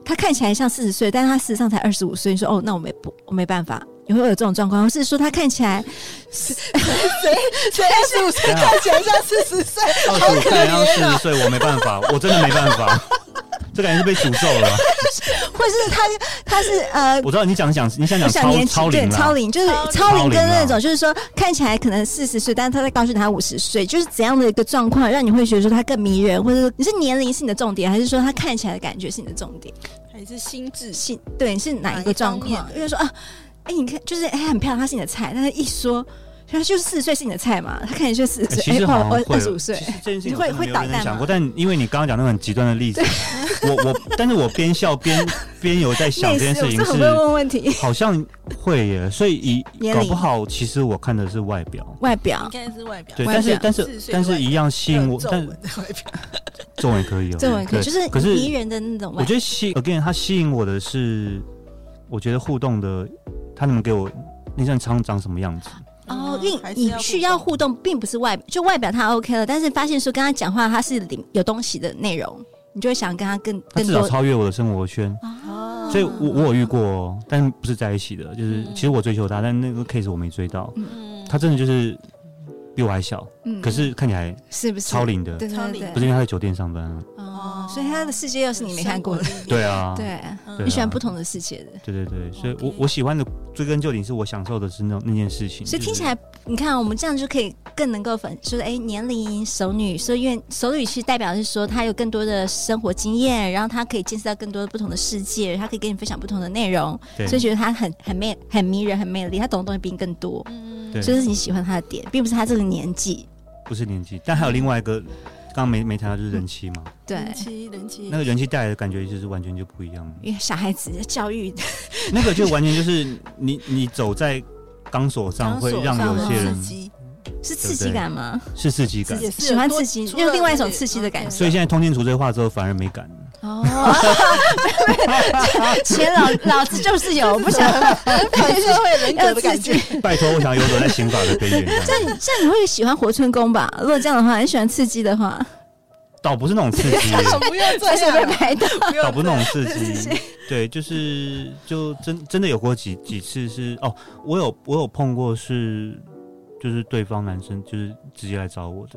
S2: 她看起来像四十岁，但是她事实上才二十五岁，你说哦，那我没不我没办法。你会有这种状况，或是说她看起来
S5: 谁二十五岁
S1: 等一下
S5: 看起来像四十岁？
S1: 二十五岁然
S2: 啊
S1: 后四十岁，我没办法，我真的没办法。 这感觉是被诅咒了。
S2: 或是他他是呃，
S1: 我知道你想讲，你想
S2: 我
S1: 讲
S2: 想
S1: 超
S2: 年
S1: 超
S2: 轻对
S1: 龄
S2: 超
S1: 啦，
S2: 龄就是
S5: 超龄
S2: 超
S1: 超
S2: 龄
S1: 龄
S2: 跟那
S1: 啦
S2: 种就是说看起来可能四十岁，但是他在告诉你他五十岁，就是怎样的一个状况让你会觉得说他更迷人，或者说你是年龄是你的重点，还是说他看起来的感觉是你的重点？
S5: 还是心智？
S2: 是对是哪一
S5: 哪
S2: 个
S5: 一方
S2: 状
S5: 面
S2: 况？因为说啊，哎、你看就是哎、很漂亮，她是你的菜，但是一说。他就是四十岁是你的菜嘛？他看起来就四十
S1: 哎
S2: 岁，
S1: 其实
S2: 哎
S1: 好像
S2: 我
S1: 会
S2: 我二十五岁
S1: 其，实这件事情
S2: 会
S1: 我真的
S2: 会
S1: 没有
S2: 捣
S1: 认
S2: 蛋
S1: 真想
S2: 吗
S1: 过，但因为你刚刚讲那个很极端的例子，我我，但是我边笑边 边有在想
S2: 类
S1: 这件
S2: 似
S1: 事
S2: 我
S1: 情
S2: 是
S1: 是
S2: 很会问问题，
S1: 好像会耶，所以以
S2: 年
S1: 搞
S2: 龄
S1: 不好，其实我看的是外表，
S2: 外表
S5: 应该是外表。
S1: 对，
S2: 外
S1: 但是
S2: 表
S1: 但
S5: 四十
S1: 是
S5: 岁
S1: 但
S5: 的外
S1: 是
S5: 表
S1: 一样吸引我，
S5: 皱
S1: 但
S5: 纹的外表，
S1: 皱纹可以有，
S2: 这种可以
S1: 对
S2: 就是
S1: 可是
S2: 迷人的那种
S1: 我
S2: 外
S1: 觉得吸 again 它吸引我的是，我觉得互动的，他能给我那扇窗长什么样子？
S2: 哦，
S5: 嗯
S2: 因为
S5: 还是
S2: 你需要
S5: 互
S2: 互动，并不是外就外表他 OK 了，但是发现说跟他讲话他是里有东西的内容，你就会想跟他更
S1: 他
S2: 更
S1: 至少
S2: 多。啊
S1: 超越我的生活圈，
S5: 哦
S1: 所以我我有遇过哦，但是不是在一起的，就是
S5: 嗯
S1: 其实我追求他，但那个 case 我没追到，
S5: 嗯
S1: 他真的就是比我还小，
S2: 嗯
S1: 可是看起来
S2: 是不是
S1: 超？龄的，
S2: 对
S5: 超
S2: 对
S5: 龄
S2: 对
S1: 不是因为他在酒店上班啊，
S2: 哦，所以他的世界又是你没看过的，
S5: 生活历练
S1: 对，啊，
S2: 对。
S1: 对
S5: 嗯
S1: 啊
S2: 你喜欢不同的世界的，
S1: 对对啊对，所
S2: 哦
S1: 以
S5: OK
S1: 我我喜欢的追根究底是我享受的是那种那件事情，就是
S2: 所以听起来，你看我们这样就可以更能够分，说哎，年龄、熟女，所以因为熟女是代表是说她有更多的生活经验，然后她可以见识到更多不同的世界，她可以跟你分享不同的内容，
S1: 对
S2: 所以觉得她很很魅、很迷人、很魅力，她懂的东西比你更多。
S5: 嗯
S1: 对
S2: 所以是你喜欢他的点，并不是他这个年纪。
S1: 不是年纪，但还有另外一个，刚刚没没谈到就是人气嘛，
S2: 对
S5: 人，妻人
S2: 嗯
S5: 妻
S1: 那个人气带来的感觉就是完全就不一样了，
S2: 因为小孩子的教育，
S1: 那个就完全就是你 你走在钢索上会让有些人
S5: 刺激
S2: 是刺激感吗？
S1: 是刺激感
S5: 自，己是
S2: 喜欢刺激
S5: 有多
S2: 又另外一种刺激的感受
S1: 所以现在通奸除罪化之后反而没感了，
S2: 哦，钱老老子就 是有，不想
S5: 反社会人格
S2: 要
S5: 的
S2: 刺
S5: 感
S2: 激
S5: 觉。。
S1: 拜托，我想游走在刑法的边缘 这样，
S2: 那你这样你会喜欢活春宫吧？如果这样的话，你喜欢刺激的话，
S1: 倒不是那种刺激，
S5: 不要
S1: 啊
S5: 这
S2: 但是被
S5: 样，
S2: 拍到
S5: 不要
S1: 倒不是那种刺
S2: 这
S1: 激，对，就是就真真的有过几几次是哦，我有我有碰过是，就是对方男生就是直接来找我的，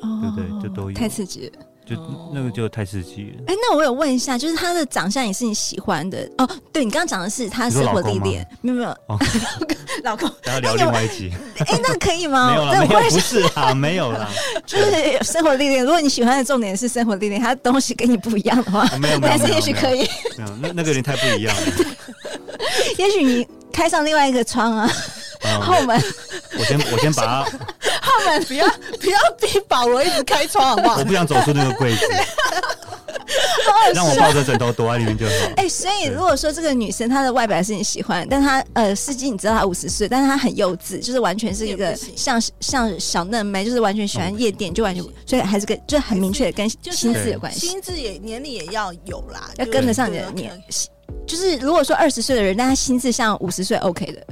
S1: 对
S2: 哦
S1: 对就都有
S2: 太刺激了。
S1: 就、
S5: 哦
S1: 那个就太刺激了。
S2: 哎，那我有问一下，就是他的长相也是你喜欢的哦？对你刚刚讲的是他的生活历练，没有没有
S1: 哦，
S2: 老公，
S1: 然后聊另外一 集，
S2: 哎，那可以吗？
S1: 没有啦，
S2: 那
S1: 没
S2: 我也
S1: 有，不是啦，没有 啦，
S2: 就是生活历练。如果你喜欢的重点是生活历练，他东西跟你不一样的话，
S1: 没 有没有，
S2: 但是也许可
S1: 以，
S2: 以，
S1: 没有那那个有点太不一 样了。
S2: 也许你开上另外一个窗啊，
S1: 嗯
S2: 后门
S1: 我先我先把 它，
S5: 不要不要逼保罗一直开窗好不好
S1: 我？不想走出那个柜子，让我抱着枕头躲在里面就好。
S2: 哎、所以如果说这个女生她的外表是你喜欢，但她呃，司机你知道她五十岁，但是她很幼稚，就是完全是一
S5: 也
S2: 个
S5: 不行
S2: 像像小嫩妹，就是完全喜欢夜店，就完全
S5: 哦不行
S2: 所以还是跟就很明确的跟
S5: 就是
S2: 心智有关系，
S5: 心智也年龄也要有啦，
S2: 要
S5: 就
S2: 跟得上你的
S5: 对
S2: 年
S5: OK，OK。
S2: 就是如果说二十岁的人，但他心智像五十岁 OK 的，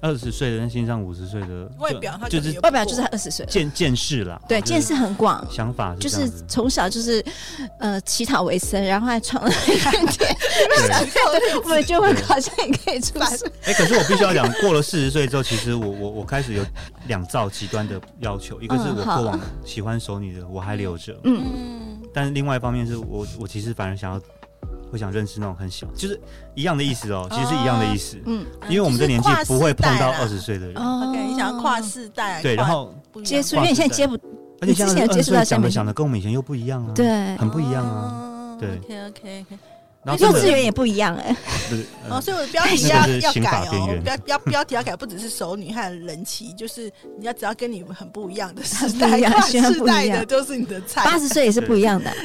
S1: 二十岁的人欣赏五十岁的
S5: 外表他
S1: 就
S5: 可能
S1: 是
S5: 有
S2: 外表就是二十岁，
S1: 见见识啦，
S2: 对，
S1: 就是
S2: 见识很广，
S1: 想法是
S2: 就
S1: 这样
S2: 是
S1: 子
S2: 从小就是呃乞讨为生，然后还创了
S1: 对
S2: 我们就会好像也可以出
S5: 反
S2: 事。
S1: 哎、可是我必须要讲，过了四十岁之后，其实我我我开始有两造极端的要求，一个是
S2: 嗯
S1: 我
S2: 好
S1: 过往喜欢熟女的我还留着，
S2: 嗯，
S5: 嗯，
S1: 但是另外一方面是我我其实反而想要会想认识那种很喜欢，就是一样的意思哦，其实是一样的意思，
S2: 嗯，
S1: 因为我们这年纪不会碰到二
S5: 就是跨世代
S1: 十
S5: 啦
S1: 岁的人，
S2: 哦
S5: OK，你想要跨世代，
S1: 对，
S5: 跨
S1: 然后
S5: 不一样
S2: 接触，因为你现在接不
S1: 而且像
S2: 你之前有
S1: 二
S2: 接
S1: 十
S2: 触
S1: 岁讲
S2: 到像
S1: 的
S2: 没
S1: 想的跟我们以前又不一样啊，
S2: 对
S5: 哦
S1: 很不一样啊，对
S2: 嗯
S5: ，OK OK OK，
S1: 然后真
S2: 幼
S1: 的
S2: 稚园也不一样哎、
S1: 不是
S5: 哦，
S1: 呃
S5: 所以我的标题
S1: 那
S5: 要
S1: 个是
S5: 要
S1: 刑
S5: 改
S1: 法边
S5: 哦
S1: 缘，
S5: 标标标题要改，不只是熟女和人妻，就是你要只要跟你很不一样的 时
S2: 不
S5: 代，
S2: 一样
S5: 跨
S2: 喜欢
S5: 世
S2: 不一
S5: 代的
S2: 样
S5: 就是你的菜。
S2: 八十岁也是不一样的。
S1: 哦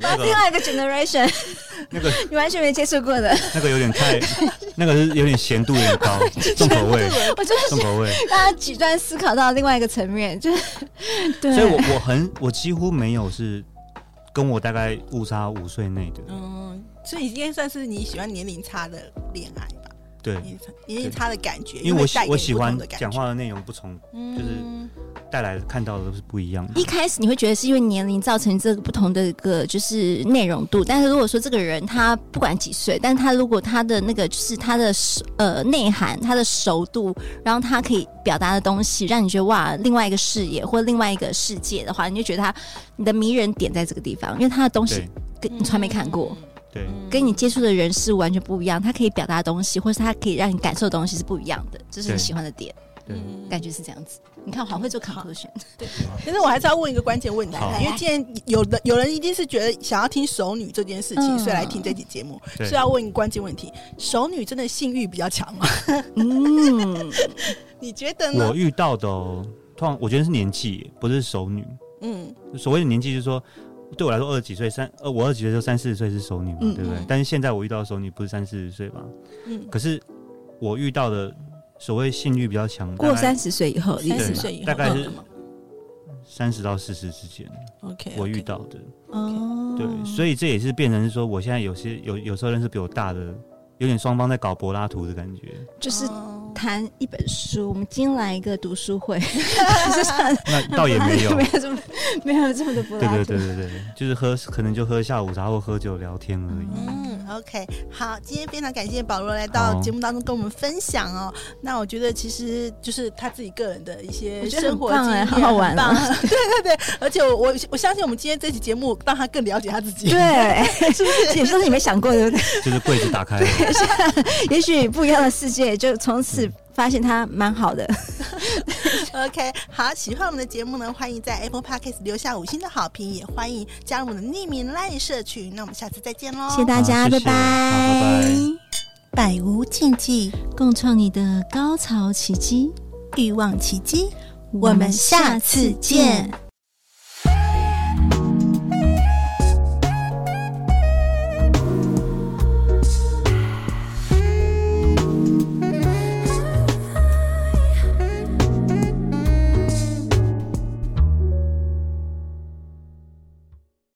S1: 那
S2: 另
S1: 个
S2: 外一个 generation，
S1: 那个
S2: 你完全没接触过的，
S1: 那个有点太，那个是有点咸度有点 高，重口味，
S2: 我就
S1: 重
S2: 是
S1: 口味。
S2: 大家极端思考到另外一个层面，就是对。
S1: 所以我我很我几乎没有是跟我大概误差五岁内的，
S5: 嗯，所以应该算是你喜欢年龄差的恋爱吧？
S1: 对，
S5: 年龄差年龄差的感觉，
S1: 因为
S5: 会
S1: 我
S5: 带
S1: 喜
S5: 给
S1: 我
S5: 你
S1: 喜
S5: 不同
S1: 欢
S5: 的感
S1: 讲
S5: 觉，
S1: 话的内容不重，
S5: 嗯
S1: 带来看到的都是不一样的
S2: 一。开始你会觉得是因为年龄造成这个不同的一个就是内容度，但是如果说这个人他不管几岁，但他如果他的那个就是他的熟呃内涵、他的熟度，然后他可以表达的东西，让你觉得哇，另外一个视野或另外一个世界的话，你就觉得他你的迷人点在这个地方，因为他的东西
S1: 对
S2: 跟你从来没看过，
S1: 对，
S2: 跟你接触的人事物完全不一样，他可以表达的东西，或是他可以让你感受的东西是不一样的，这是你
S1: 对
S2: 喜欢的点，
S1: 对
S5: 嗯
S2: 感觉是这样子。你看，我好会 做 conclusion。
S5: 但是我还是要问一个关键问题
S1: 好，
S5: 因为既然有的有人一定是觉得想要听熟女这件事情，
S2: 嗯
S5: 所以来听这期节目，
S1: 对
S5: 所以要问一个关键问题：熟女真的性欲比较强吗？
S2: 嗯，
S5: 你觉得呢
S1: 我？遇到的哦，通常我觉得是年纪，不是熟女。
S5: 嗯，
S1: 所谓的年纪，就是说，对我来说，二十几岁、三呃，我二十几岁就三四十岁是熟女嘛，
S2: 嗯
S1: 对不对
S5: 嗯？
S1: 但是现在我遇到的熟女不是三四十岁吧？
S5: 嗯
S1: 可是我遇到的所谓性欲比较强，
S2: 过
S1: 大概
S2: 三十岁以后的意
S5: 三
S1: 对
S2: 思
S5: 十
S2: 吗？
S5: 岁以后
S1: 大概
S5: 嗯
S1: 是三十到四十之间，
S5: OK，
S1: 我遇到的。
S2: 哦
S1: 对，所以这也是变成是说，我现在有些有有时候认识比我大的，有点双方在搞柏拉图的感 觉。
S2: 就是
S5: 哦
S2: 谈一本书，我们今天来一个读书会，就是像
S1: 那 倒也没 有
S2: 没，有这么没有这么啊的柏
S1: 对
S2: 拉
S1: 对
S2: 图。
S1: 对对对，就是喝可能就喝下午茶或喝酒聊天而已。
S5: 嗯，OK，好，今天非常感谢保罗来到
S1: 好
S5: 节目当中跟我们分享哦。那我觉得其实就是他自己个人的一些
S2: 我觉得
S5: 生
S2: 很
S5: 活
S2: 棒
S5: 经
S2: 哎
S5: 验，
S2: 好好玩啊
S5: 很棒 对对对，而且我我我相信我们今天这期节目让他更了解他自己。
S2: 对，哎是不是？也是你没想过， 对不对？
S1: 就是柜子打开了，
S2: 也许不一样的世界，就从此发现它蛮好的。
S5: OK，好，喜欢我们的节目呢，欢迎在 Apple Podcast 留下五星的好评，也欢迎加入我们的匿名 LINE 社群。那我们下次再见喽，
S2: 谢谢大家，
S1: 啊好谢
S2: 拜
S1: 谢好拜拜
S5: 百无禁忌，
S2: 共创你的高潮奇迹，
S5: 欲望奇迹。
S2: 我们下次见。